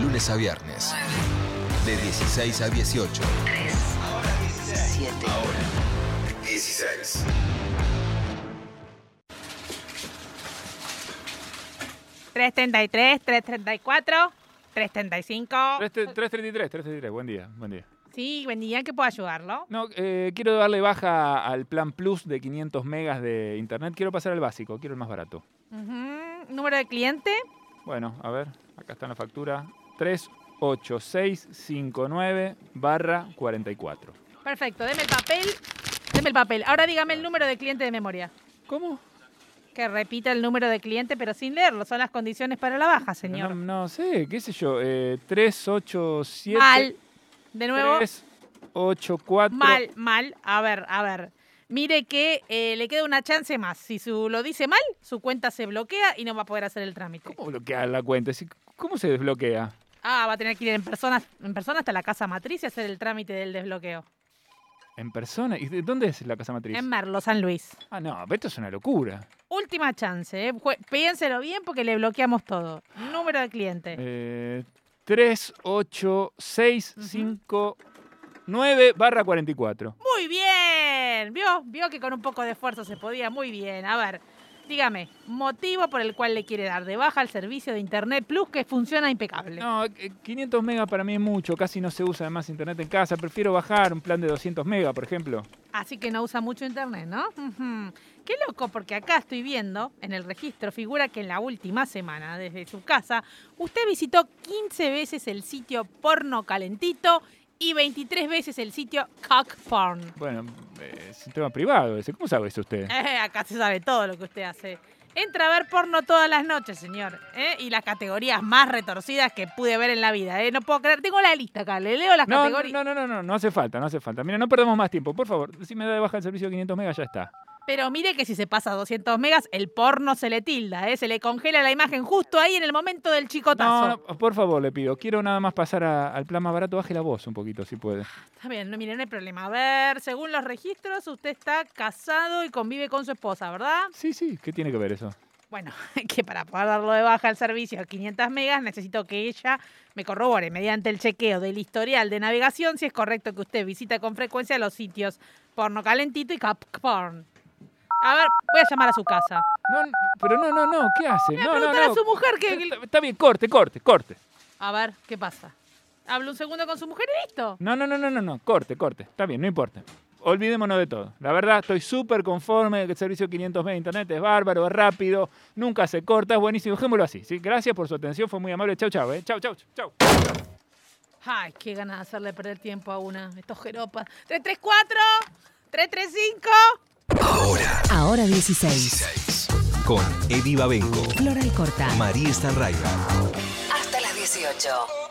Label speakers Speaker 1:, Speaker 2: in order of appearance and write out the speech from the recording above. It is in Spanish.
Speaker 1: lunes a viernes. De 16 a 18.
Speaker 2: 3, 7,
Speaker 1: Ahora. 16.
Speaker 3: ¿333? ¿334? ¿335?
Speaker 4: 333, 333, buen día, buen día.
Speaker 3: Sí, buen día, que puedo ayudarlo.
Speaker 4: No, eh, quiero darle baja al plan Plus de 500 megas de internet. Quiero pasar al básico, quiero el más barato.
Speaker 3: Ujú, Número de cliente.
Speaker 4: Bueno, a ver, acá está la factura. 38659 barra 44.
Speaker 3: Perfecto, deme el papel. Deme el papel. Ahora dígame el número de cliente de memoria.
Speaker 4: ¿Cómo?
Speaker 3: Que repita el número de cliente, pero sin leerlo. Son las condiciones para la baja, señor.
Speaker 4: No, no sé, qué sé yo. Eh, 387.
Speaker 3: Mal. De nuevo,
Speaker 4: 384.
Speaker 3: mal, mal. A ver, a ver. Mire que eh, le queda una chance más. Si su, lo dice mal, su cuenta se bloquea y no va a poder hacer el trámite.
Speaker 4: ¿Cómo bloquear la cuenta? Si- ¿Cómo se desbloquea?
Speaker 3: Ah, va a tener que ir en persona, en persona hasta la casa matriz y hacer el trámite del desbloqueo.
Speaker 4: ¿En persona? ¿Y de dónde es la casa matriz?
Speaker 3: En Merlo, San Luis.
Speaker 4: Ah, no, pero esto es una locura.
Speaker 3: Última chance, ¿eh? Jue- piénselo bien porque le bloqueamos todo. Número de cliente.
Speaker 4: Eh, 38659 barra 44.
Speaker 3: Muy bien. Vio, vio que con un poco de esfuerzo se podía. Muy bien. A ver, dígame, motivo por el cual le quiere dar de baja al servicio de Internet Plus que funciona impecable.
Speaker 4: No, eh, 500 megas para mí es mucho, casi no se usa además internet en casa. Prefiero bajar un plan de 200 megas, por ejemplo.
Speaker 3: Así que no usa mucho internet, ¿no? Ujú. Qué loco, porque acá estoy viendo, en el registro figura que en la última semana, desde su casa, usted visitó 15 veces el sitio porno calentito y 23 veces el sitio cock porn.
Speaker 4: Bueno, eh, es un tema privado ese. ¿Cómo sabe eso usted?
Speaker 3: Eh, acá se sabe todo lo que usted hace. Entra a ver porno todas las noches, señor. ¿eh? Y las categorías más retorcidas que pude ver en la vida. ¿eh? No puedo creer. Tengo la lista acá. Le leo las
Speaker 4: No, no,
Speaker 3: categorías.
Speaker 4: no, no, no, no, no hace falta, no hace falta. Mira, no perdamos más tiempo, por favor. Si me da de baja el servicio de 500 megas, ya está.
Speaker 3: Pero mire que si se pasa a 200 megas, el porno se le tilda, ¿eh? se le congela la imagen justo ahí en el momento del chicotazo.
Speaker 4: No, no, por favor, le pido. Quiero nada más pasar a- al plan más barato. Baje la voz un poquito, si puede.
Speaker 3: Está bien, no, mire, no hay problema. A ver, según los registros, usted está casado y convive con su esposa, ¿verdad?
Speaker 4: Sí, sí, ¿qué tiene que ver eso?
Speaker 3: Bueno, que para poder darlo de baja al servicio a 500 megas, necesito que ella me corrobore mediante el chequeo del historial de navegación si es correcto que usted visita con frecuencia los sitios porno calentito y cap porn. A ver, voy a llamar a su casa.
Speaker 4: No, n- pero no, no, no, ¿qué hace?
Speaker 3: Voy a
Speaker 4: No, no,
Speaker 3: preguntar
Speaker 4: no.
Speaker 3: a su mujer que,
Speaker 4: Está, está bien, corte, corte, corte.
Speaker 3: A ver, ¿qué pasa? Hablo un segundo con su mujer y listo.
Speaker 4: No, no, no, no, no, no, corte, corte. Está bien, no importa. Olvidémonos de todo. La verdad, estoy súper conforme. El servicio 500 de internet es bárbaro, es rápido, nunca se corta, es buenísimo. Dejémoslo así. ¿sí? Gracias por su atención, fue muy amable. Chau, chau, eh. Chau, chau, chau.
Speaker 3: Ay, qué ganas de hacerle perder tiempo a una. Estos jeropas. 334, 335.
Speaker 1: Ahora.
Speaker 2: Ahora 16.
Speaker 1: 16. Con Eddie Babenco,
Speaker 2: Flora y corta.
Speaker 1: María Stanraiva
Speaker 2: Hasta las 18.